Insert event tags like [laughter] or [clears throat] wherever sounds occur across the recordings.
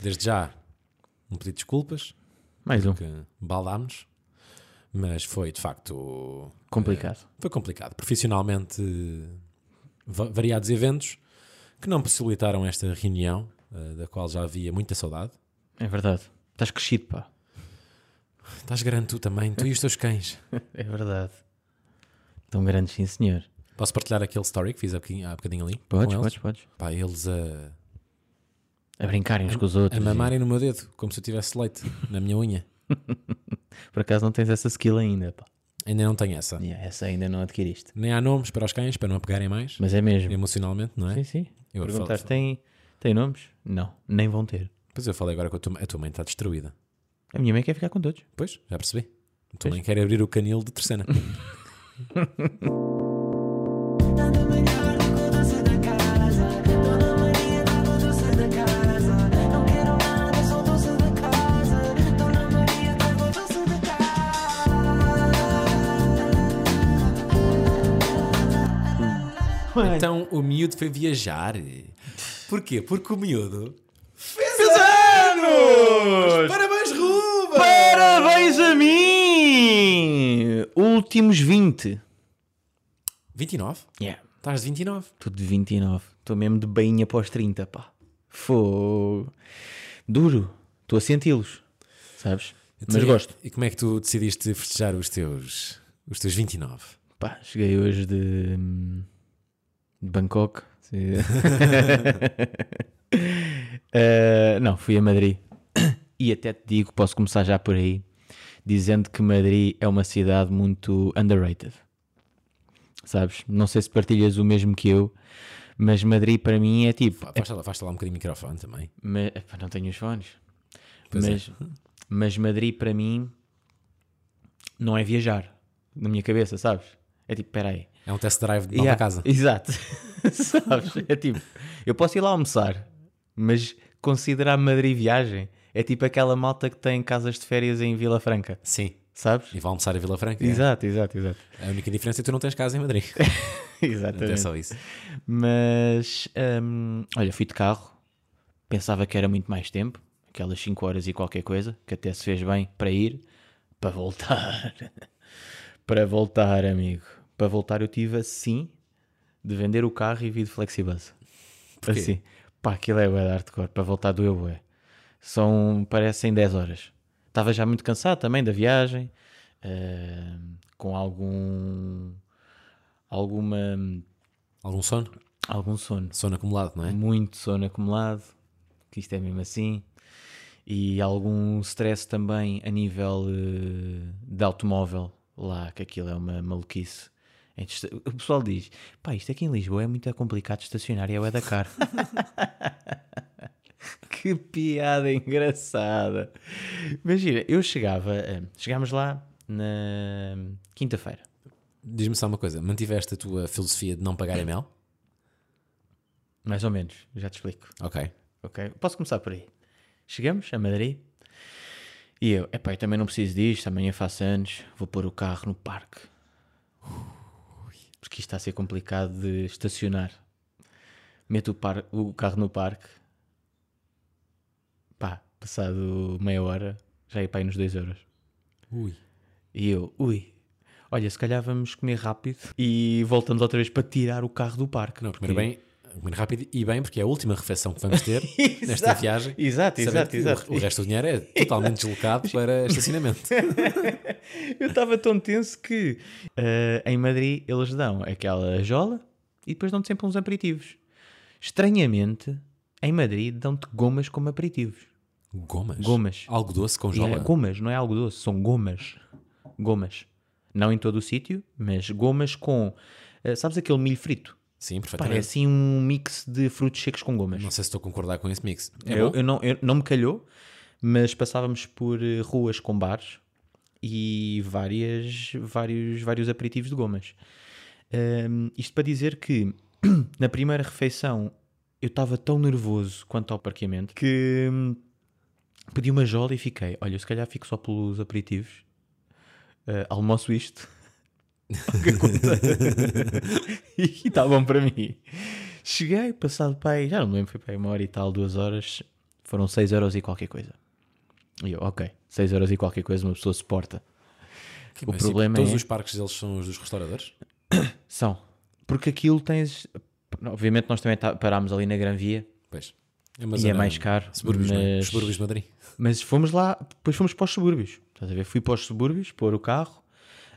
Desde já, um pedido de desculpas, Mais um. que balámos, mas foi de facto Complicado. foi complicado. Profissionalmente, va- variados eventos que não possibilitaram esta reunião, eh, da qual já havia muita saudade. É verdade. Estás crescido, pá. Estás grande tu também, tu e os teus cães. É verdade. Tão grande, sim, senhor. Posso partilhar aquele story que fiz há bocadinho, há bocadinho ali? com Podes, eles? podes, podes. Pá, eles a, A brincarem uns com os outros. a mamarem no meu dedo, como se eu tivesse leite na minha unha. e- Por acaso não tens essa skill ainda, pá. Ainda não tenho essa. Yeah, essa ainda não adquiriste. Nem há nomes para os cães, para não a pegarem mais, Mas é mesmo. Então emocionalmente, não é? Sim, sim. Eu Perguntaste, falo- tem, tem nomes? Não, nem vão ter. Pois eu falei agora que a tua, a tua mãe está destruída. A minha mãe quer ficar com todos. Pois, já percebi. A tua mãe quer abrir o canil de terceira. Dona Maria vai logo doce da casa. Dona Maria logo doce da casa. Não quero nada, sou doce da casa. Dona Maria logo doce da Então o miúdo foi viajar. Porquê? Porque o miúdo fez, anos! Parabéns, Ruba! Parabéns a mim! Últimos 20. 29? Yeah. Estás de 29. Tudo de 29. Estou mesmo de bainha para os 30, pá. Fogo. Duro. Estou a senti-los. Sabes? Mas Então, gosto. E como é que tu decidiste festejar os teus, os teus 29? Pá, cheguei hoje de, hum, de Bangkok. Sim. [laughs] Eh, não, fui a Madrid. E até te digo, posso começar já por aí, dizendo que Madrid é uma cidade muito underrated. Sabes? Não sei se partilhas o mesmo que eu, mas Madrid para mim é tipo. Pá, Faz lá, faz lá um bocadinho o microfone também. Ma- epá, não tenho os fones. Pois é. mas, mas Madrid para mim não é viajar. Na minha cabeça, sabes? É tipo, peraí. É um test drive de nova Yeah, casa. [laughs] Exato. Sabes? É tipo, eu posso ir lá almoçar, mas considerar Madrid viagem é tipo aquela malta que tem casas de férias em Vila Franca, Sim. sabes? E vai almoçar a Vila Franca. é. Exato, exato, exato. [laughs] A única diferença é que tu não tens casa em Madrid. É Exatamente. só isso. Mas, hum, olha, fui de carro, pensava que era muito mais tempo, aquelas 5 horas e qualquer coisa, que até se fez bem para ir, para voltar. [laughs] para voltar, amigo. Para voltar, eu tive assim de vender o carro e vir de flexibus. Assim, pá, aquilo é bué de hardcore. Para voltar, doeu bué. São, parecem 10 horas. Estava já muito cansado também da viagem, ah, com algum. alguma Algum sono? algum sono, Sono acumulado, não é? muito sono acumulado, que isto é mesmo assim, e algum stress também a nível eh, de automóvel lá, que aquilo é uma maluquice. É de esta- O pessoal diz: pá, isto aqui em Lisboa é muito complicado de estacionar e é o da caro. [laughs] que piada engraçada! Imagina, eu chegava, eh, chegámos lá na quinta-feira. Diz-me só uma coisa. Mantiveste a tua filosofia de não pagar ML? Mais ou menos, já te explico. Ok. Ok, posso começar por aí. Chegamos a Madrid e eu, epá, eu também não preciso disto, amanhã faço anos, vou pôr o carro no parque. Porque isto está a ser complicado de estacionar. Meto o, par- o carro no parque, pá, passado meia hora, já ia para aí nos 2 euros. Ui. E eu, ui, olha, se calhar vamos comer rápido e voltamos outra vez para tirar o carro do parque. Não, primeiro [laughs] bem, comer rápido e bem, porque é a última refeição que vamos ter nesta Exato, viagem. exato, Sabendo exato, que o- exato. O, resto do dinheiro é totalmente [laughs] deslocado para estacionamento. Eu estava tão tenso que eh, em Madrid eles dão aquela jola e depois dão-te sempre uns aperitivos. Estranhamente, em Madrid dão-te gomas como aperitivos. Gomas? Gomas. Algo doce com E Ah, jola. é gomas, não é algo doce, são gomas. Gomas. Não em todo o sítio, mas gomas com. eh, sabes aquele milho frito? Sim, Pá, é perfeitamente. assim um mix de frutos secos com gomas. Não sei se estou a concordar com esse mix. É eu, bom? eu não, eu- não me calhou, mas passávamos por eh, ruas com bares e várias, vários, vários aperitivos de gomas. Ahm, isto para dizer que [clears throat] na primeira refeição eu estava tão nervoso quanto ao parqueamento que hum, pedi uma jola e fiquei. Olha, eu se calhar fico só pelos aperitivos, ah, almoço isto. [laughs] [laughs] Qualquer coisa. [laughs] e está bom para mim. Cheguei, passado para aí, já não me lembro, foi para aí uma hora e tal, duas horas. Foram 6 euros e qualquer coisa. E eu, ok, 6 euros e qualquer coisa uma pessoa suporta. Que, O mas, tipo, problema Todos é- os parques deles são os dos restauradores? São. Porque aquilo tens... Obviamente nós também tá- parámos ali na Gran Via Pois. e é zona- mais caro. Subúrbios, não é? mas- Subúrbios de Madrid. Mas fomos lá, depois fomos para os subúrbios. Estás a ver? Fui para os subúrbios, pôr o carro.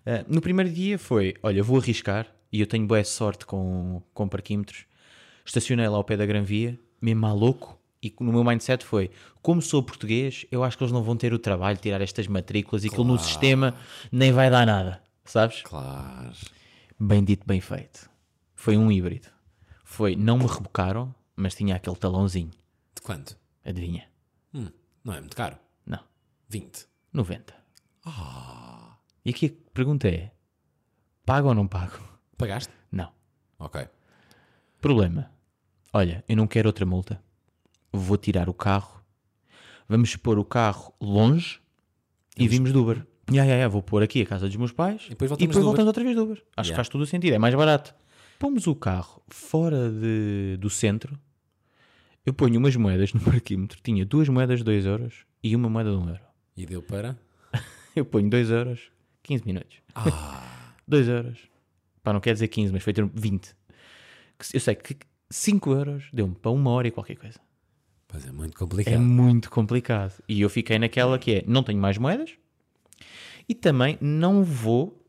Ah, no primeiro dia foi: olha, eu vou arriscar e eu tenho boa sorte com, com parquímetros. Estacionei lá ao pé da Gran Via, mesmo à louco. E no meu mindset foi: como sou português, eu acho que eles não vão ter o trabalho de tirar estas matrículas e aquilo no sistema nem vai dar nada. Sabes? Claro. Bem dito, bem feito. Foi um híbrido. Foi: não me rebocaram, mas tinha aquele talãozinho. De quanto? Adivinha? Hum, não é muito caro. Não. 20. 90. Ah. E aqui a pergunta é: pago ou não pago? Pagaste? Não. Ok. Problema. Olha, eu não quero outra multa. Vou tirar o carro. Vamos pôr o carro longe e vimos do Uber. Ya, ya, ya, vou pôr aqui a casa dos meus pais e depois voltamos e depois do Uber. voltamos outra vez do Uber. Acho que Ya. faz todo o sentido, é mais barato. Pomos o carro fora de- do centro. Eu ponho umas moedas no parquímetro. Tinha duas moedas de 2 euros e uma moeda de 1 euro. E deu para? [laughs] Eu ponho 2 euros, 15 minutos. Ah, [laughs] 2 euros. Pá, não quer dizer 15, mas foi ter 20. Que se- Eu sei que 5 euros deu-me para uma hora e qualquer coisa. pois é muito É complicado. muito complicado. E eu fiquei naquela que é, não tenho mais moedas e também não vou,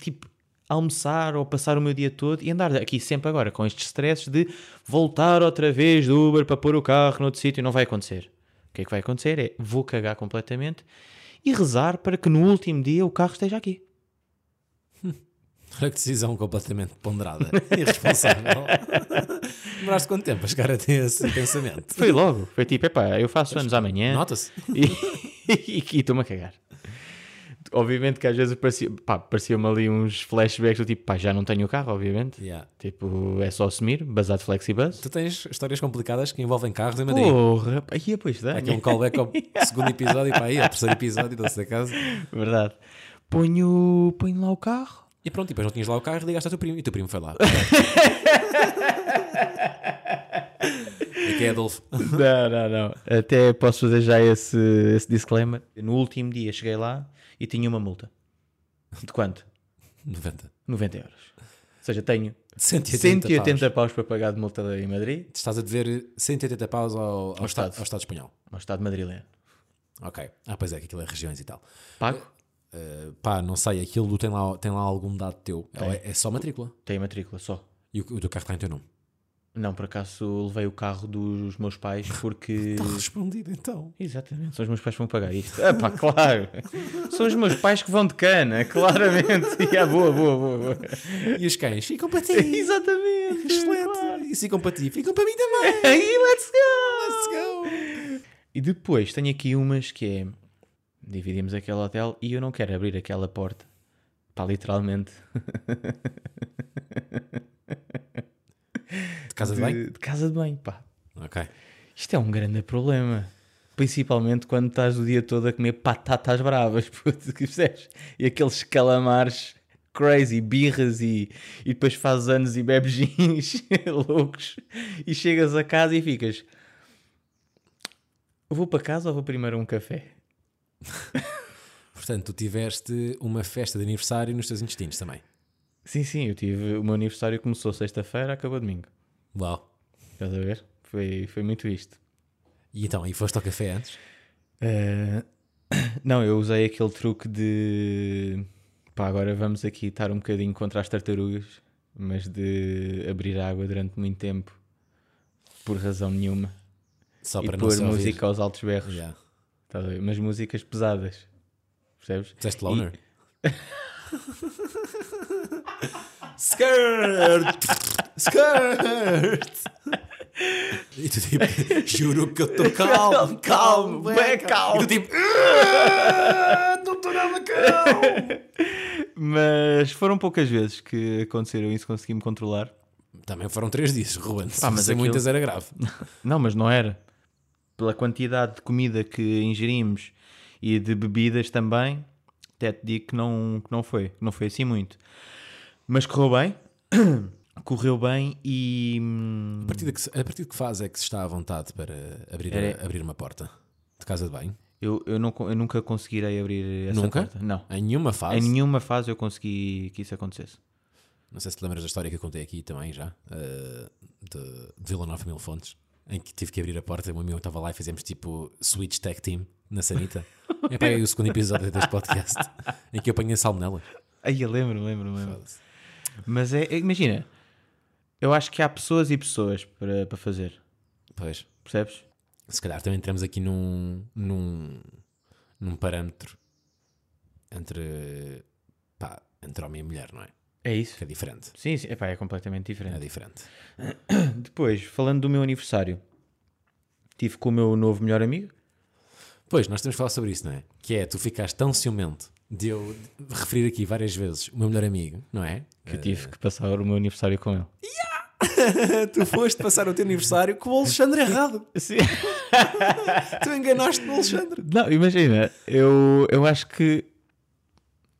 tipo, almoçar ou passar o meu dia todo e andar aqui sempre agora com estes stresses de voltar outra vez do Uber para pôr o carro noutro sítio. Não vai acontecer. O que é que vai acontecer é, vou cagar completamente e rezar para que no último dia o carro esteja aqui. Olha que decisão completamente ponderada [laughs] e irresponsável. [laughs] Demoraste quanto tempo a chegar a ter esse pensamento? Foi logo. Foi tipo, epá, eu faço anos amanhã. Nota-se. e [laughs] e estou-me a cagar. Obviamente que às vezes parecia, pá, parecia-me ali uns flashbacks do tipo, pá, já não tenho o carro, obviamente. Yeah. Tipo, é só assumir, basado flexibus. Tu tens histórias complicadas que envolvem carros em Madrid. Porra, pá, e depois dá. né? Aqui é um callback [laughs] ao segundo episódio para aí, ao terceiro episódio, da sua casa. Verdade. Ponho, ponho lá o carro. E pronto, e depois não tinhas lá o carro, ligaste ao teu primo e o teu primo [laughs] foi lá. Aqui é Adolfo. Não, não, não. Até posso fazer já esse, esse disclaimer. No último dia cheguei lá e tinha uma multa. De quanto? 90. 90 euros. Ou seja, tenho 180. 180 180. paus, para pagar de multa em Madrid, Estás a dever 180 paus ao, ao, Estado. Estado. ao Estado espanhol. ao Estado madrileno. Ok. Ah, pois é, que aquilo é regiões e tal. Pago? Uh, pá, não sei, aquilo tem lá, tem lá algum dado teu. É- É, só matrícula. Tem matrícula só. E o, o teu carro está em teu nome. Não, por acaso levei o carro dos meus pais porque. respondido então. Exatamente, são os meus pais que vão pagar isto. Ah, pá, claro! São os meus pais que vão de cana, claramente. [laughs] E ah, boa, boa, boa, boa. E os cães ficam [laughs] para ti. Exatamente! Excelente. E ficam para ti. Ficam para mim também. [laughs] Aí, let's go! Let's go. E depois tenho aqui umas que é. Dividimos aquele hotel e eu não quero abrir aquela porta. Pá, literalmente. De casa de bem? De, de casa de banho, pá. Ok. Isto é um grande problema. Principalmente quando estás o dia todo a comer patatas bravas, [laughs] puto, que percebes? E aqueles calamares crazy, birras e, e depois fazes anos e bebes [laughs] gins loucos e chegas a casa e ficas. Vou para casa ou vou primeiro a um café? Portanto, tu tiveste uma festa de aniversário nos teus intestinos também. Sim, sim, eu tive. O meu aniversário começou sexta-feira, acabou domingo. Uau. Estás a ver? Foi, foi muito isto. E então, e foste ao café antes? Eh, não, eu usei aquele truque de pá, agora vamos aqui estar um bocadinho contra as tartarugas, mas de abrir água durante muito tempo por razão nenhuma Só e para não pôr se ouvir. música aos altos berros, Yeah. estás a ver? mas músicas pesadas, percebes? Dizeste loner? [laughs] Skirt! Skirt! E tu tipo, juro que eu [laughs] estou calmo, calmo, bem calmo. E tu tipo, "Ah, não estou nada calmo. [laughs] Mas foram poucas vezes que aconteceram isso, consegui-me controlar. Também foram três dias, Ruben. Se Pá, mas fossem aquilo- muitas era grave. Não, mas não era. Pela quantidade de comida que ingerimos e de bebidas também, até te digo que não, que não foi. que Não foi assim muito. Mas correu bem. [coughs] correu bem e. hum, A partir, de que, se- a partir de que fase é que se está à vontade para abrir, eh, Era- abrir uma porta? De casa de banho? Eu, eu, não, eu nunca conseguirei abrir essa Nunca? porta. Não. Em nenhuma fase? Em nenhuma fase eu consegui que isso acontecesse. Não sei se te lembras da história que eu contei aqui também já, eh, de, de Vila Nova Mil Fontes, em que tive que abrir a porta, um amigo estava lá e fizemos tipo Switch Tag Team na Sanita. É para aí o segundo episódio deste podcast, em que eu apanhei a salmonela. Aí eu lembro, lembro, lembro. Foda-se. Mas é, é- imagina, eu acho que há pessoas e pessoas para, para fazer, Pois, percebes? se calhar também entramos aqui num, num, num parâmetro entre, pá, entre homem e mulher, não é? É isso. Que é diferente. Sim, sim. Epá, é completamente É diferente. diferente. Depois, falando do meu aniversário, tive com o meu novo melhor amigo. Pois, nós temos que falar sobre isso, não é? Que é, tu ficaste tão ciumento de eu referir aqui várias vezes o meu melhor amigo, não é? que eu tive que passar o meu aniversário com ele. [laughs] Tu foste passar o teu aniversário com o Alexandre errado. Sim. [laughs] Tu enganaste o Alexandre. Não, imagina, eu, eu acho que.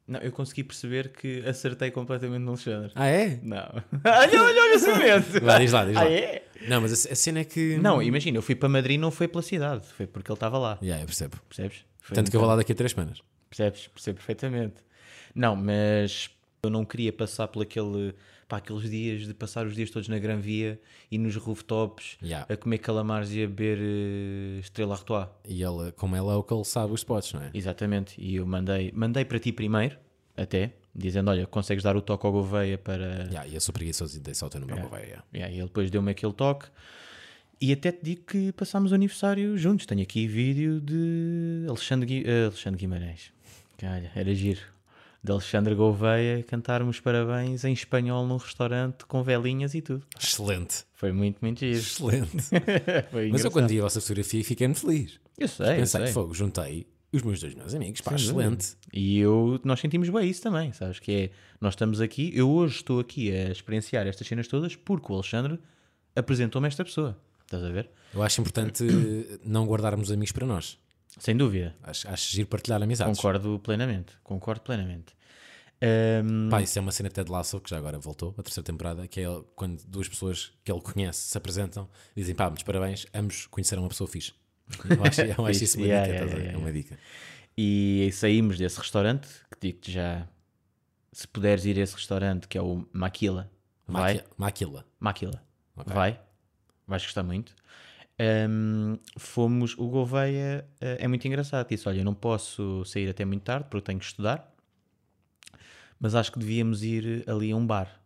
Não, eu consegui perceber que acertei completamente no Alexandre. Ah, é? Não. [laughs] olha, olha, olha o cimento! Vá, diz lá, diz lá. Ah, é? Não, mas a, a cena é que. Não, imagina, eu fui para Madrid não foi pela cidade, foi porque ele estava lá, Yeah, eu percebo. percebes? Foi um Tanto que eu vou lá daqui a três semanas. Percebes? Percebo perfeitamente. Não, mas eu não queria passar por aquele, pá, aqueles dias de passar os dias todos na Gran Via e nos rooftops Yeah. a comer calamares e a beber eh, Estrela Artois. E ele, como é local, sabe os spots, não é? Exatamente. E eu mandei, mandei para ti primeiro, até, dizendo: Olha, consegues dar o toque ao Gouveia para. Yeah, e eu sou preguiçoso e dei só o teu número, vai, yeah. Yeah, e ele depois deu-me aquele toque. E até te digo que passámos o aniversário juntos. Tenho aqui vídeo de Alexandre, Gui- eh, Alexandre Guimarães. Que, olha, era giro. De Alexandre Gouveia cantarmos parabéns em espanhol num restaurante com velinhas e tudo. [laughs] Excelente. Foi muito, muito giro. Excelente. [laughs] Foi mas eu engraçado. quando vi a vossa fotografia fiquei muito feliz. Eu sei, eu Pensei, sei. fogo, juntei os meus dois meus amigos, pá, excelente. E eu, nós sentimos bem isso também, sabes? Que é, nós estamos aqui, eu hoje estou aqui a experienciar estas cenas todas porque o Alexandre apresentou-me esta pessoa. Estás a ver? Eu acho importante eh, não guardarmos amigos para nós. Sem dúvida. Acho, acho giro partilhar amizades. Concordo plenamente. Concordo plenamente. Ahm, Pá, isso é uma cena até de Lasso, que já agora voltou, a terceira temporada, que é ele- quando duas pessoas que ele conhece se apresentam e dizem, pá, muitos parabéns, ambos conheceram uma pessoa fixe. Eu acho, [laughs] eu acho Fixe, isso uma yeah, dica, yeah, estás a ver? yeah, é uma dica. e saímos desse restaurante, que digo-te já, se puderes ir a esse restaurante, que é o Maquila, vai. Maqui- Maquila. [laughs] Maquila. Ok. Vai. Vais gostar muito. Ahm, fomos. O Gouveia eh, é muito engraçado. Disse: Olha, eu não posso sair até muito tarde porque eu tenho que estudar. Mas acho que devíamos ir ali a um bar.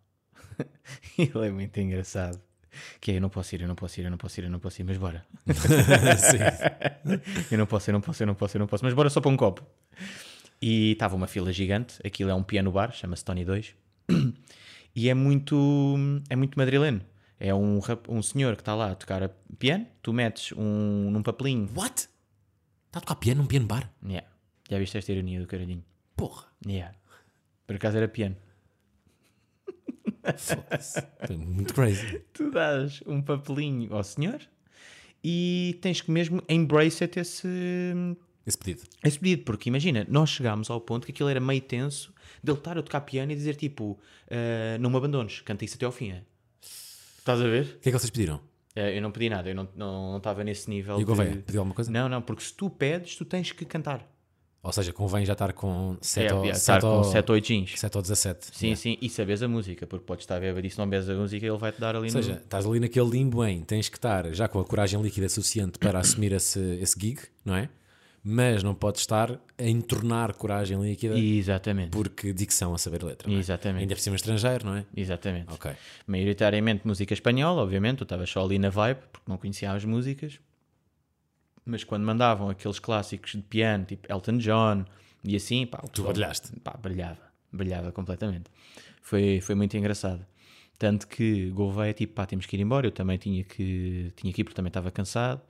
[laughs] Ele é muito engraçado. Que é, eu não posso ir, eu não posso ir, eu não posso ir, eu não posso ir, mas bora. Sim. Eu não posso, eu não posso, eu não posso, eu não posso, mas bora só para um copo. E estava uma fila gigante, aquilo é um piano bar, chama-se Tony 2, [clears throat] e é muito, é muito madrileno. É um, rap- um senhor que está lá a tocar a piano, tu metes um, num papelinho. What? Está a tocar piano num piano bar? Yeah. Já viste esta ironia do caralhinho? Porra. Yeah. Por acaso era piano. Foda-se. Foi muito crazy. Tu dás um papelinho ao senhor e tens que mesmo embrace it esse, Esse pedido. esse pedido, porque imagina, nós chegámos ao ponto que aquilo era meio tenso de ele estar a tocar piano e dizer tipo, "Ah, não me abandones, canta isso até ao fim. é?" Estás a ver? O que é que vocês pediram? Eh, eu não pedi nada, eu não não não estava nesse nível. E o Gouveia, de... pediu alguma coisa? Não, não, porque se tu pedes, tu tens que cantar. Ou seja, convém já estar com 7 é, ou, é, sete estar com ou- 7 ou 8 jeans. sete ou 17. Sim, sim, e sabes a música, porque podes estar bêbado e se não bebes a música, ele vai-te dar ali Ou seja, estás ali naquele limbo em tens que estar já com a coragem líquida suficiente [coughs] para assumir esse, esse gig, não é? Mas não podes estar a entornar coragem líquida no... Exatamente, porque dicção a saber letra. não é? Exatamente. Ainda por cima estrangeiro, não é? exatamente. Ok. maioritariamente música espanhola, obviamente, eu estava só ali na vibe, porque não conhecia as músicas, mas quando mandavam aqueles clássicos de piano, tipo Elton John e assim, pá, o Tu pessoal- olhaste. pá, brilhava, brilhava completamente. Foi, foi muito engraçado. Tanto que Gouveia, tipo, pá, temos que ir embora, eu também tinha que, tinha que ir porque também estava cansado.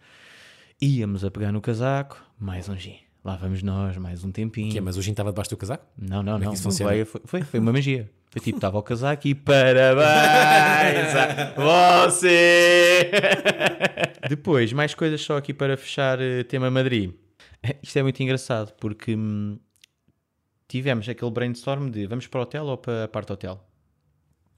Íamos a pegar no casaco, mais um gin. Lá vamos nós, mais um tempinho. Que é, mas o gin estava debaixo do casaco? Não, não, não. isso não funciona? veio, foi, foi, foi uma magia. Foi tipo, estava ao casaco e parabéns [laughs] a você! Depois, mais coisas só aqui para fechar eh, tema Madrid. Isto é muito engraçado porque hum, tivemos aquele brainstorm de vamos para o hotel ou para a parte hotel?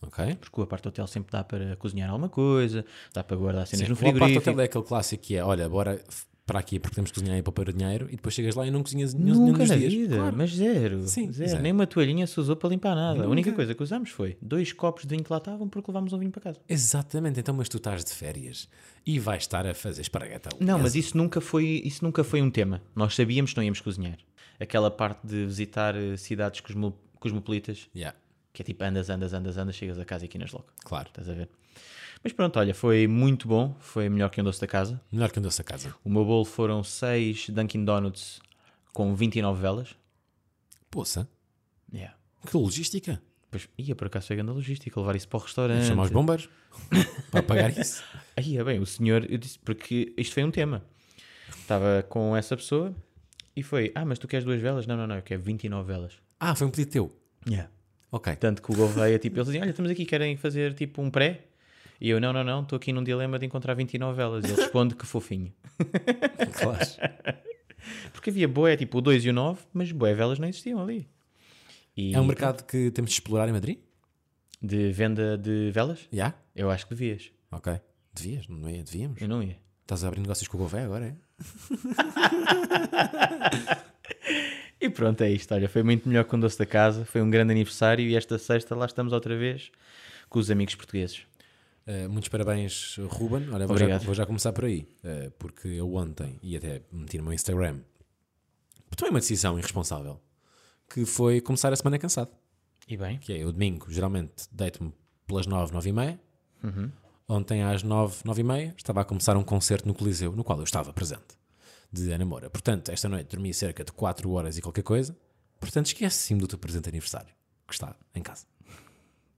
Ok? Porque a parte do hotel sempre dá para cozinhar alguma coisa, dá para guardar cenas Sim, no o parte frigorífico. hotel é aquele clássico que é: olha, bora f- para aqui porque temos que cozinhar e poupar dinheiro, e depois chegas lá e não cozinhas nenhum, nenhum é Nunca dos na dias. vida, Claro. mas zero, Sim, zero. zero. Nem uma toalhinha se usou para limpar nada. A única Nunca. coisa que usámos foi dois copos de vinho que lá estavam porque levámos um vinho para casa. Exatamente, então, mas tu estás de férias e vais estar a fazer esparagueta. à Não, mas luesa. isso nunca, foi, isso nunca foi um tema. Nós sabíamos que não íamos cozinhar. Aquela parte de visitar eh, cidades cosmo- cosmopolitas, Yeah, que é tipo andas, andas, andas, andas, chegas a casa e quinas logo. claro. Estás a ver? Mas pronto, olha, foi muito bom. Foi melhor que um doce da casa. Melhor que andou-se a casa. O meu bolo foram 6 Dunkin' Donuts com 29 velas. Poça, Yeah. que logística. Pois ia por acaso chegando a logística, levar isso para o restaurante. Chamar os [laughs] bombeiros para pagar isso. Aí é bem, o senhor, eu disse, porque isto foi um tema. Estava com essa pessoa e foi: Ah, mas tu queres duas velas? Não, não, não, eu quero 29 velas. Ah, foi um pedido teu. Yeah. Ok. Tanto que o Gouveia, tipo, eles diziam: Olha, estamos aqui, querem fazer tipo um pré? E eu: Não, não, não, estou aqui num dilema de encontrar 29 velas. E ele responde: Que fofinho. Claro. Porque havia boé, tipo o 2 e o 9, mas boé velas não existiam ali. E É um mercado que temos de explorar em Madrid? De venda de velas? Já? Eu acho que devias. Ok. Devias, não é? Devíamos. Eu não ia. Estás a abrir negócios com o Gouveia agora, é? E pronto, é isto. Olha, foi muito melhor que o doce da casa. Foi um grande aniversário e esta sexta lá estamos outra vez com os amigos portugueses. Eh, muitos parabéns, Ruben. Olha, vou já, Obrigado. vou já começar por aí, eh, porque eu ontem, e até meti no meu Instagram, tomei uma decisão irresponsável, que foi começar a semana cansado. E bem? Que é, eu domingo, geralmente, deito-me pelas nove, nove e meia. Ontem, às nove, nove e meia, estava a começar um concerto no Coliseu, no qual eu estava presente, de Ana Moura. Portanto, esta noite dormi cerca de quatro horas e qualquer coisa. Portanto, esquece-me do teu presente de aniversário, que está em casa.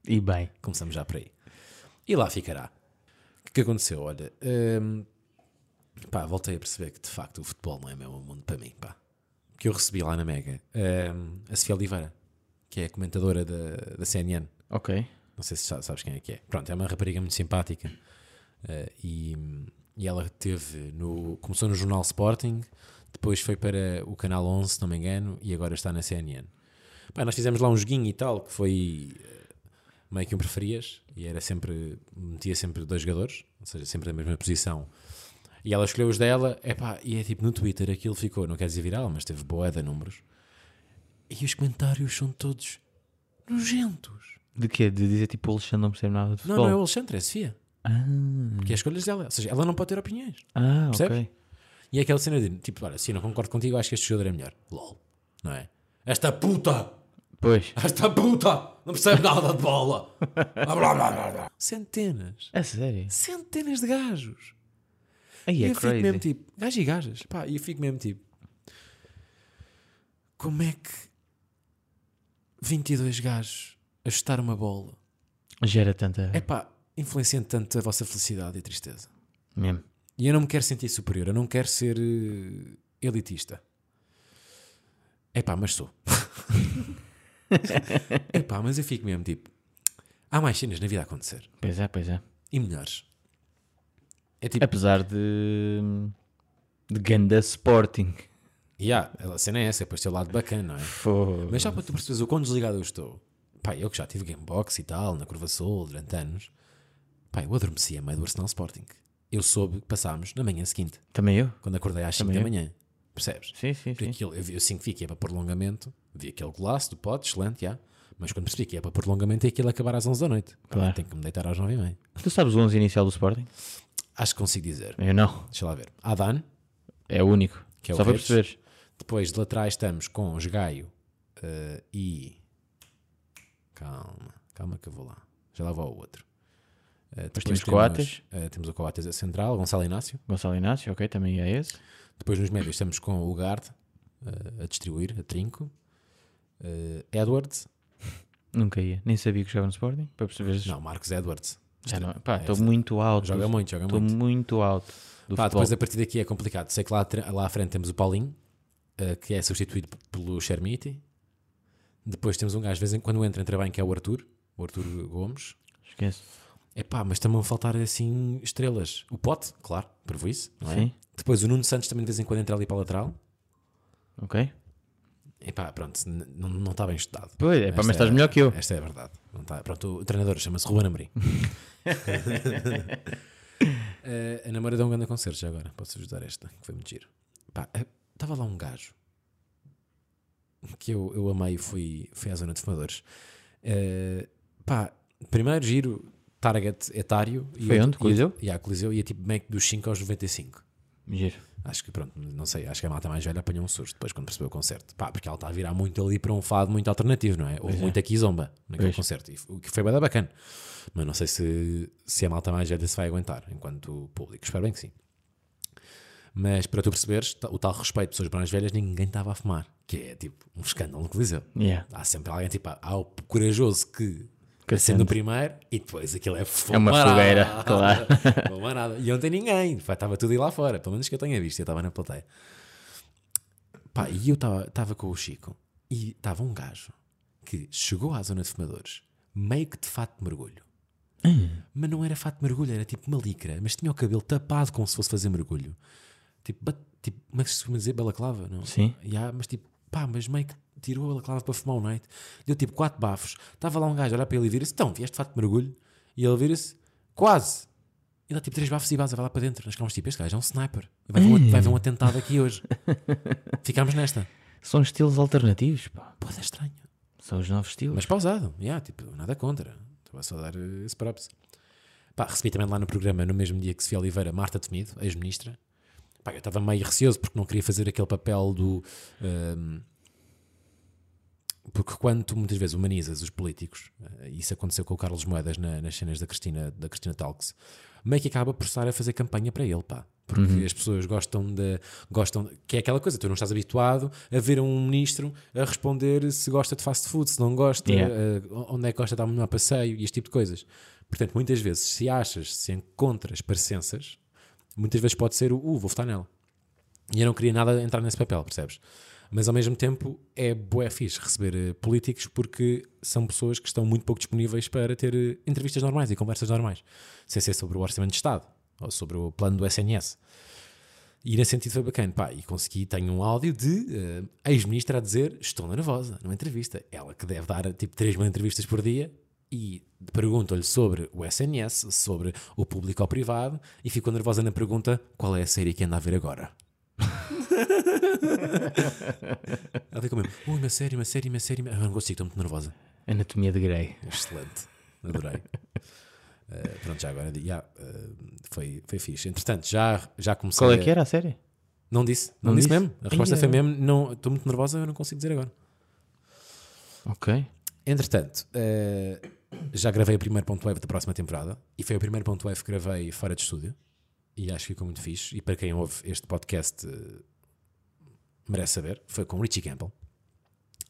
E bem. Começamos já por aí. E lá ficará. O que aconteceu? Olha, hum, pá, voltei a perceber que de facto o futebol não é mesmo um mundo para mim, pá. Que eu recebi lá na Mega hum, a Sofia Oliveira, que é a comentadora da, da CNN. Ok. Não sei se sa- sabes quem é que é. Pronto, é uma rapariga muito simpática. Eh, e, e ela teve no. Começou no Jornal Sporting, depois foi para o Canal 11, se não me engano, e agora está na CNN. Pá, nós fizemos lá um joguinho e tal, que foi eh, meio que um preferias, e era sempre. metia sempre dois jogadores, ou seja, sempre da mesma posição. E ela escolheu os dela, epá, e é tipo no Twitter aquilo ficou, não quer dizer viral, mas teve boa de números. E os comentários são todos nojentos. De quê? De dizer tipo o Alexandre não percebe nada de Não, futebol? não é o Alexandre, é a Sofia. Ah, Porque é as escolhas dela. Ou seja, ela não pode ter opiniões. ah Percebes? ok. E é aquela cena de tipo, olha, se eu não concordo contigo, acho que este jogador é melhor. LOL. Não é? Esta puta! Pois. Esta puta! Não percebe nada de bola! [laughs] Blá, blá, blá, blá, blá. Centenas. A sério? Centenas de gajos. Aí E é eu fico mesmo crazy. tipo, gajos e gajas. Pá, e eu fico mesmo tipo, como é que 22 gajos a chutar uma bola Gera tanta... é pá, influenciando tanto a vossa felicidade e tristeza? Mesmo. E eu não me quero sentir superior, eu não quero ser eh, elitista. Epá, mas sou. [laughs] Epá, mas eu fico mesmo tipo. Há mais cenas na vida a acontecer. Pois é, pois é. E melhores. É tipo. Apesar de... De ganda Sporting. Yeah, a cena é essa, é depois ter o lado bacana, não é? Fogo. Mas só para tu perceberes o quão desligado eu estou. Pá, eu que já tive Gamebox e tal, na Curva Sul, durante anos. Pá, eu adormeci a meio do Arsenal Sporting. Eu soube que passámos na manhã seguinte, Também eu? quando acordei às 5 da Também manhã. Percebes? Sim, sim, Porque sim. aquilo, eu, vi- eu sinto que ia para prolongamento, vi aquele golaço do pote, excelente, já. Mas quando percebi que ia para prolongamento, e aquilo acabar às 11 da noite. Claro. Tenho que me deitar às 9 e meia. Tu sabes o 11 inicial do Sporting? Acho que consigo dizer. Eu não. Deixa lá ver. Adan, É o único. Que é o Só para Reis. perceberes. depois de laterais estamos com os Gaio eh, e. Calma, calma que eu vou lá. Já lá vou ao outro. Eh, depois temos Coates. eh, temos o Coates a central, Gonçalo Inácio. Gonçalo Inácio, ok, também é esse. Depois nos médios estamos com o Garde eh, a distribuir, a trinco. Eh, Edwards. Nunca ia, nem sabia que jogava no Sporting. Para perceberes, Não, Marcos Edwards. já não. Pá, é estou muito alto. Joga muito, joga Estou muito. muito alto do Pá, futebol. depois a partir daqui é complicado. Sei que lá, atra- lá à frente temos o Paulinho, eh, que é substituído p- pelo Chermiti. Depois temos um gajo, de vez em quando entra, entra bem, que é o Arthur, o Arthur Gomes. Esquece. É pá, mas também faltar assim estrelas. O Pote, claro, prevo isso, não é? Sim. Depois o Nuno Santos também de vez em quando entra ali para a lateral. Ok. Epá, pronto, n- não não está bem estudado. Pois, epá, Esta mas estás melhor que eu. Esta é a verdade. Não está- pronto, o treinador chama-se Ruben [laughs] Amorim. Eh, a namorada deu um grande concerto já agora. Posso ajudar esta, que foi muito giro. Pá, eh, estava lá um gajo que eu, eu amei e fui, fui à zona de fumadores. Eh, pá, primeiro giro, target etário. e Foi eu- onde? e- Coliseu? E a Coliseu ia tipo meio que dos 5 aos 95. Giro. Acho que pronto, não sei, acho que a malta mais velha apanhou um susto depois quando percebeu o concerto. Pá, porque ela está a virar muito ali para um fado muito alternativo, não é? Houve muita kizomba naquele Pois. concerto, e f- o que foi bem bacana. Mas não sei se, se a malta mais velha se vai aguentar enquanto público. Espero bem que sim. Mas para tu perceberes, ta- o tal respeito de pessoas mais velhas, ninguém estava a fumar, que é tipo um escândalo no Coliseu. Yeah. Há sempre alguém, tipo, há o corajoso que Que sendo o primeiro e depois aquilo é É uma fumarada. fogueira, [laughs] claro. Fumarada. E ontem ninguém, Pá, estava tudo aí lá fora, pelo menos que eu tenha visto, eu estava na plateia. Pá, e eu estava- estava com o Chico e estava um gajo que chegou à zona de fumadores meio que de fato de mergulho. Hum. Mas não era fato de mergulho, era tipo uma licra, mas tinha o cabelo tapado como se fosse fazer mergulho. Tipo, bat, tipo como é que se costuma dizer? Balaclava, não? Sim. Ya, mas tipo, pá, mas meio que tirou a balaclava para fumar o night. Deu tipo quatro bafos. Estava lá um gajo a olhar para ele e vira-se: Então, vieste de fato de mergulho? E ele vira-se: Quase! E dá tipo três bafos e vaza, vai lá para dentro. Nós ficámos tipo: Este gajo é um sniper. Vai ver um, vai ver um atentado aqui hoje. Ficámos nesta. São estilos alternativos, pá. Pô, é estranho. São os novos estilos. Mas pausado, yeah, tipo, nada contra. Estava só a dar eh, esse props. Pá, recebi também lá no programa, no mesmo dia que Sofia Oliveira, Marta Temido, ex-ministra. Pá, eu estava meio receoso porque não queria fazer aquele papel do. ehm, porque quando tu muitas vezes humanizas os políticos, eh, isso aconteceu com o Carlos Moedas na- nas cenas da Cristina, da Cristina Talks, meio que acaba por estar a fazer campanha para ele, pá. Porque as pessoas gostam de. gostam de- que é aquela coisa, tu não estás habituado a ver um ministro a responder se gosta de fast food, se não gosta, Yeah. eh, onde é que gosta de dar melhor passeio e este tipo de coisas. Portanto, muitas vezes, se achas, se encontras parecenças, muitas vezes pode ser o uh, vou votar nela. E eu não queria nada entrar nesse papel, percebes? Mas ao mesmo tempo é bué fixe receber eh, políticos porque são pessoas que estão muito pouco disponíveis para ter eh, entrevistas normais e conversas normais, sem ser sobre o orçamento de Estado ou sobre o plano do SNS. E nesse sentido foi bacana, pá, e consegui, tenho um áudio de eh, ex-ministra a dizer, estou nervosa, numa entrevista. Ela que deve dar, tipo, 3 mil entrevistas por dia, e perguntam-lhe sobre o SNS, sobre o público ao privado, e ficou nervosa na pergunta, qual é a série que anda a ver agora? Ela fica mesmo, ui, uma série, uma série, uma série, uma- eu não consigo, estou muito nervosa. É Anatomia de Grey. Excelente, adorei. [laughs] Eh, pronto, já agora, já, eh, foi, foi fixe. Entretanto, já, já comecei Qual é a- que era a série? não disse, não, Não disse, disse? mesmo. A resposta Ia. foi mesmo, não, estou muito nervosa, eu não consigo dizer agora. Ok. Entretanto, eh, já gravei o primeiro ponto web da próxima temporada e foi o primeiro ponto web que gravei fora de estúdio e acho que ficou muito fixe. E para quem ouve este podcast eh, merece saber, foi com Richie Campbell.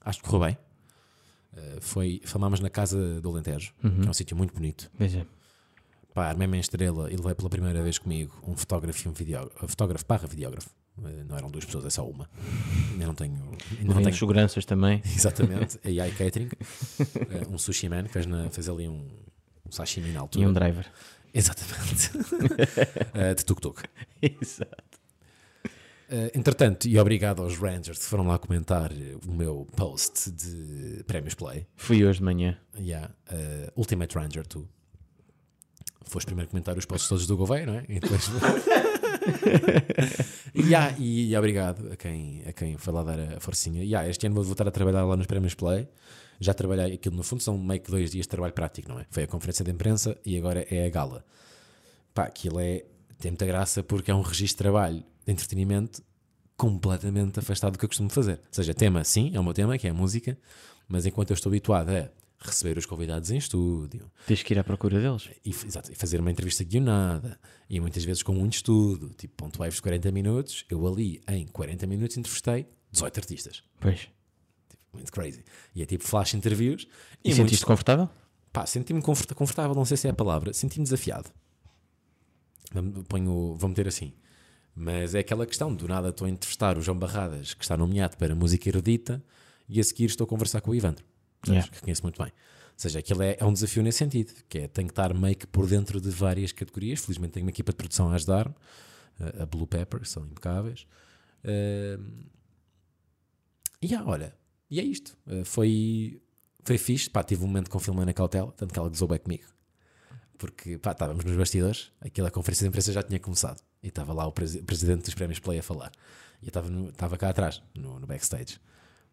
Acho que correu bem. Eh, foi, filmámos na casa do Alentejo, que é um sítio muito bonito. Pois é. Pá, armei-me em estrela e levei pela primeira vez comigo um fotógrafo e um videógrafo, fotógrafo barra videógrafo. Eh, Não eram duas pessoas, é só uma. Ainda não tenho. Ainda não Vem tenho seguranças [laughs] também. Exatamente, AI Catering, eh, um sushi man que fez, na, fez ali um, um sashimi na altura. E um driver. Exatamente, [laughs] Eh, de tuk-tuk. Exato. Eh, entretanto, e obrigado aos Rangers que foram lá comentar eh, o meu post de Prémios Play. Fui hoje de manhã. Yeah, eh, Ultimate Ranger, tu foste primeiro comentar os posts todos do Gouveia, não é? E depois. yeah, e, e obrigado a quem, a quem foi lá dar a forcinha. Yeah, este ano vou voltar a trabalhar lá nos Prémios Play. Já trabalhei aquilo, no fundo, são meio que dois dias de trabalho prático, não é? Foi a conferência de imprensa e agora é a gala. Pá, aquilo é. tem muita graça porque é um registro de trabalho de entretenimento completamente afastado do que eu costumo fazer. Ou seja, tema, sim, é o meu tema, que é a música, mas enquanto eu estou habituado a receber os convidados em estúdio, Tens que ir à procura deles. e, f- exato, e fazer uma entrevista guionada e muitas vezes com muito estudo, tipo ponto lives de 40 minutos, eu ali em 40 minutos entrevistei 18 artistas. Pois. Muito crazy. E é tipo flash interviews. E, muitos- sentiste confortável? Pá, senti-me confort- confortável, não sei se é a palavra, senti-me desafiado. Vamo- Ponho, vou meter assim. Mas é aquela questão, do nada estou a entrevistar o João Barradas, que está nomeado para música erudita, e a seguir estou a conversar com o Ivandro, percebes? Yeah. que conheço muito bem. Ou seja, aquilo é, é um desafio nesse sentido, que é tenho que estar meio que por dentro de várias categorias. Felizmente tenho uma equipa de produção a ajudar-me, a- a Blue Pepper, que são impecáveis. Eh, E ah, olha, e é isto. Eh, Foi, foi fixe. Pá, tive um momento com o Filomena Cautela, tanto que ela gozou bem comigo. Porque pá, estávamos nos bastidores, aquela conferência de imprensa já tinha começado. E estava lá o presi- presidente dos prémios Play a falar. E eu estava, no- estava cá atrás, no, no backstage,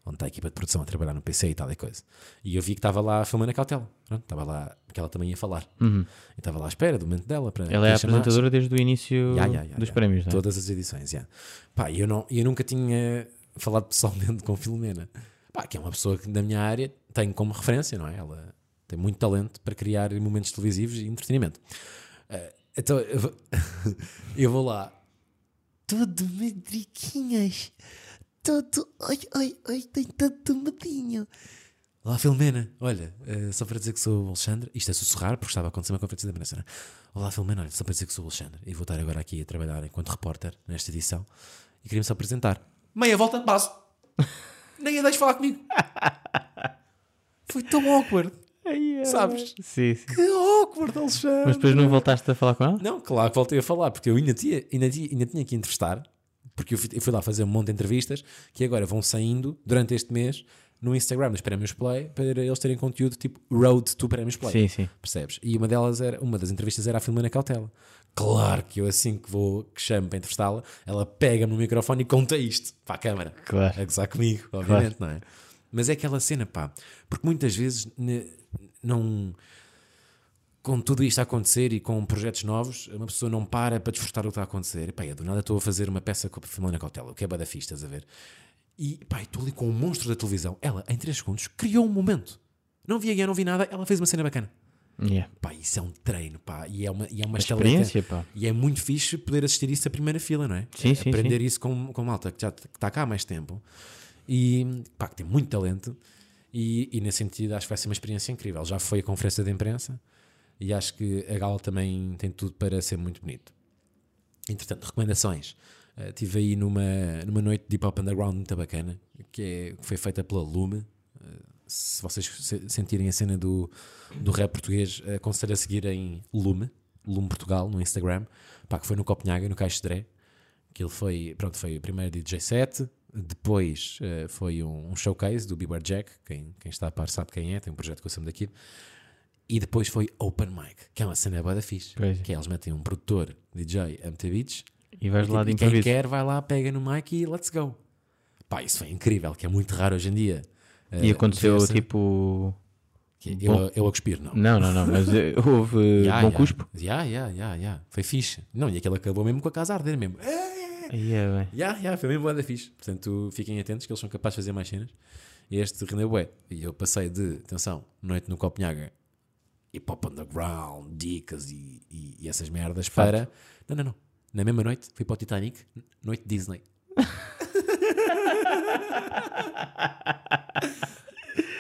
onde está a equipa de produção a trabalhar no PC e tal e coisa. E eu vi que estava lá a Filomena Cautela. Pronto, estava lá, que ela também ia falar. E estava lá à espera do momento dela. Para Uhum. Ela é a para chamar. apresentadora desde o início Ya, ya, ya, dos ya. prémios, não é? Todas as edições, yeah. Pá, eu, não, eu nunca tinha falado pessoalmente com Filomena. Pá, que é uma pessoa que na minha área tenho como referência, não é? Ela tem muito talento para criar momentos televisivos e entretenimento. Eh, então eu vou, [laughs] eu vou lá, todo medriquinhas, todo. Oi, oi, oi, tem tanto medinho. Olá, Filomena. Olha, eh, só para dizer que sou o Alexandre. Isto é sussurrar, porque estava a acontecer uma conferência de imprensa. não é? Olá, Filomena. Olha, só para dizer que sou o Alexandre. E vou estar agora aqui a trabalhar enquanto repórter nesta edição. E queria-me só apresentar. Meia volta, [laughs] passo. Nem a deixes falar comigo. Foi tão awkward. Sabes? Sim, sim. Que awkward, Alexandre. Mas depois não voltaste a falar com ela? Não, claro que voltei a falar, porque eu ainda tinha, ainda tinha, ainda tinha que entrevistar, porque eu fui, eu fui lá fazer um monte de entrevistas que agora vão saindo durante este mês no Instagram dos Prémios Play para eles terem conteúdo tipo Road to Prémios Play. Sim, sim. Percebes? E uma delas era, uma das entrevistas era a Filomena Cautela. Claro que eu assim que vou, que chamo para entrevistá-la, ela pega-me no microfone e conta isto para a câmara. Claro. A gozar comigo, obviamente, não é? Mas é aquela cena, pá, porque muitas vezes ne- não com tudo isto a acontecer e com projetos novos, uma pessoa não para para desfrutar o que está a acontecer. E, pá, eu do nada estou a fazer uma peça com a Filomena Cautela, o que é badafista, estás a ver? E pá, eu estou ali com um monstro da televisão. Ela, em 3 segundos, criou um momento. Não vi a guia, não vi nada, ela fez uma cena bacana. Yeah. Pá, isso é um treino, pá, e é uma, e é uma experiência, estaleca. pá. E é muito fixe poder assistir isso à primeira fila, não é? Sim, É sim, Aprender isso com, com malta que já está cá há mais tempo e pá, que tem muito talento. E, e nesse sentido, acho que vai ser uma experiência incrível. Já foi a conferência de imprensa e acho que a gala também tem tudo para ser muito bonito. Entretanto, recomendações. Eh, Estive aí numa, numa noite de hip hop underground muito bacana, que, é, que foi feita pela Lume. Eh, se vocês se- sentirem a cena do, do rap português, eh, aconselho a seguir em Lume, Lume Portugal, no Instagram, pá, que foi no Copenhaga, no Caixo de Dré, que ele foi, pronto, foi primeiro DJ set, depois eh, foi um, um showcase do Bieber Jack, quem, quem está a par sabe quem é, tem um projeto com o Sam daqui, e depois foi Open Mic, que é uma cena bué da fixe, Pois é. que é, eles metem um produtor, DJ, MT Beats, E vais lá de e Tipo, quem é improviso. quer vai lá, pega no mic e let's go. Pá, isso foi incrível, que é muito raro hoje em dia. E eh, aconteceu ver-se- tipo. que é, Eu, eu a cuspir, não. Não, não, não, mas eh, [laughs] houve eh, Ya, bom ya. cuspo. Ya, ya, ya, ya. Foi fixe. Não, e aquele acabou mesmo com a casa a arder mesmo. Eh, Aí é bem. Ya, ya, foi mesmo boa fixe. Portanto, fiquem atentos que eles são capazes de fazer mais cenas. E este rendeu bué. E eu passei de, atenção, noite no Copenhaga, hip hop underground, dicas e, e- e essas merdas para. Não, não, não. Na mesma noite fui para o Titanic, noite Disney.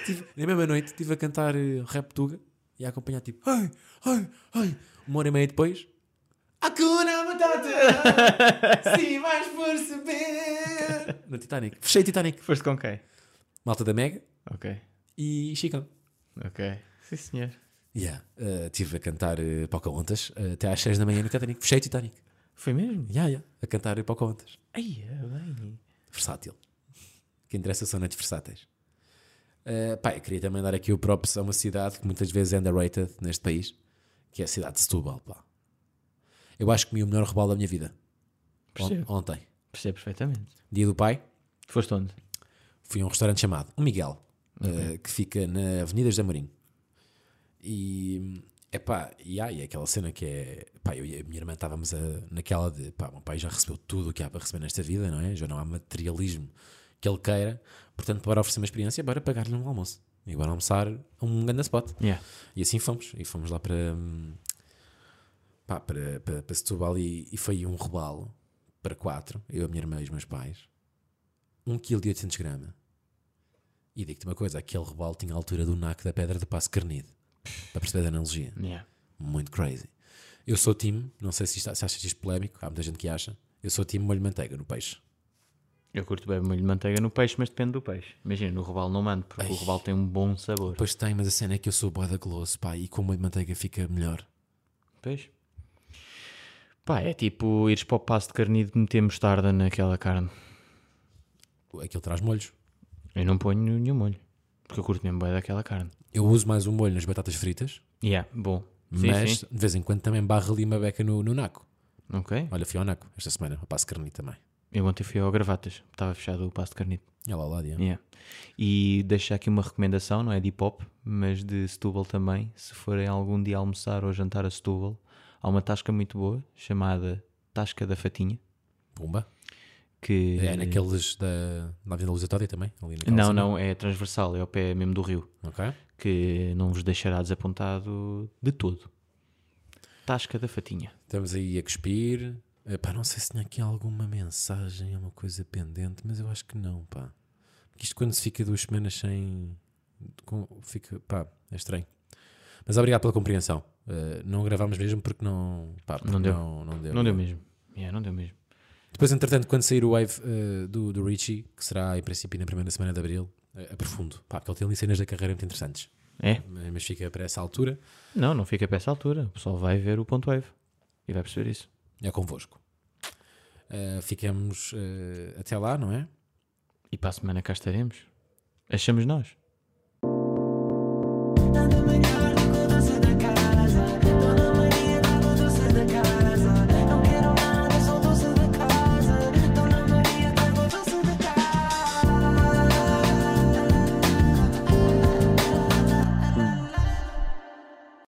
Tive- na mesma noite estive a cantar eh, rap tuga e a acompanhar tipo, ai, ai, ai. Uma hora e meia depois, Hakuna Matata! Sim, vais perceber! No Titanic. Fechei Titanic. Foste com quem? Malta da Mega Ok, e Chicão. ok. Sim, senhor. Yeah. eh, estive a cantar uh, Pocahontas eh, até às 6 da manhã no Titanic. Fechei Titanic. Foi mesmo? Yeah, yeah. A cantar Pocahontas. Aí é bem. versátil. O que interessa são noites versáteis. Uh, pá, eu queria também dar aqui o props a uma cidade que muitas vezes é underrated neste país, que é a cidade de Setúbal. Pá. Eu acho que comi o melhor robalo da minha vida. On- Percebo. ontem, Percebo perfeitamente. dia do pai, Foste onde? fui a um restaurante chamado O Miguel, eh, que fica na Avenida José Mourinho. E é pá, e há e é aquela cena que é pá, eu e a minha irmã estávamos a- naquela de pá, meu pai já recebeu tudo o que há para receber nesta vida, não é? Já não há materialismo que ele queira, portanto, para oferecer uma experiência, bora pagar-lhe um almoço e bora almoçar a um grande spot. Yeah. E assim fomos. E fomos lá para, hum, pá, para, para, para Setúbal e, e foi um rebalo para quatro. Eu, a minha irmã e os meus pais. 1 kg de 800 grama. E digo-te uma coisa, aquele rebalo tinha a altura do naco da pedra do passo carnido. Para perceber a analogia. Yeah. Muito crazy. Eu sou time, não sei se, isto, se achas isto polémico, há muita gente que acha. Eu sou time molho de manteiga no peixe. Eu curto bem molho de manteiga no peixe, mas depende do peixe. Imagina, no robalo não mando, porque o robalo tem um bom sabor. Pois tem, mas a cena é que eu sou boa da gloso, pá, e com molho de manteiga fica melhor. Peixe? Pá, é tipo ires para o passo de carnido meter mostarda naquela carne. Aquilo traz molhos. Eu não ponho nenhum molho. Porque eu curto mesmo bem daquela carne. Eu uso mais um molho nas batatas fritas, Yeah, bom. Sim, mas sim. de vez em quando também barro ali uma beca no, no naco. Ok. Olha, fui ao naco esta semana, eu passo carni também. Eu ontem fui ao Gravatas. Estava fechado o passo de carnito. Olha lá, lá, Diana. Yeah. E deixo aqui uma recomendação, não é de hip hop, mas de Setúbal também. Se forem algum dia almoçar ou jantar a Setúbal, há uma tasca muito boa chamada Tasca da Fatinha. Pumba. Que É naqueles da, da Avenida Lusitória também? Ali naquela não, zona? não, é transversal, é ao pé mesmo do rio, Ok. que não vos deixará desapontado de todo. Tasca da Fatinha. Estamos aí a cuspir. Eh, Pá, não sei se tinha aqui alguma mensagem, alguma coisa pendente, mas eu acho que não, pá. Porque isto quando se fica duas semanas sem. com- Fica, pá, é estranho. Mas obrigado pela compreensão. Eh, não gravámos mesmo porque não. Pá, porque Não não, deu. deu. Não, deu. Não deu mesmo. Yeah, não deu mesmo. Depois, entretanto, quando sair o wave eh, do, do Richie, que será em princípio na primeira semana de abril, eh, aprofundo. Pá, porque ele tem ali cenas da carreira muito interessantes. É? Mas mas fica para essa altura. Não, não fica para essa altura. O pessoal vai ver o ponto wave e vai perceber isso. É convosco. Eh, ficamos eh, até lá, não é? E para a semana cá estaremos. Achamos nós. Dando-me a